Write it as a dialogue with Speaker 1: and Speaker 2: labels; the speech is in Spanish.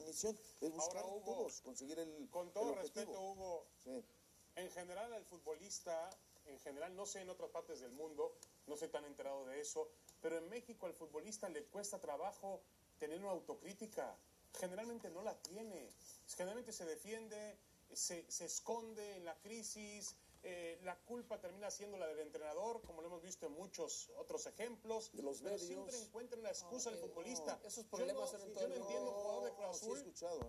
Speaker 1: misión es buscar
Speaker 2: Ahora, Hugo,
Speaker 1: todos, conseguir el
Speaker 2: Con todo
Speaker 1: el objetivo.
Speaker 2: respeto, Hugo,
Speaker 1: Sí.
Speaker 2: en general el futbolista, en general, no sé en otras partes del mundo, no soy tan enterado de eso, pero en México al futbolista le cuesta trabajo tener una autocrítica. Generalmente no la tiene. Generalmente se defiende, se, se esconde en la crisis, eh, la culpa termina siendo la del entrenador, como lo hemos visto en muchos otros ejemplos.
Speaker 1: De los
Speaker 2: pero
Speaker 1: medios.
Speaker 2: siempre encuentra una excusa al futbolista.
Speaker 3: Esos problemas
Speaker 2: yo no,
Speaker 3: eran
Speaker 2: yo
Speaker 3: todo
Speaker 2: no
Speaker 3: el-
Speaker 2: entiendo un jugador de Cruz
Speaker 1: Sí, he
Speaker 2: Azul
Speaker 1: escuchado.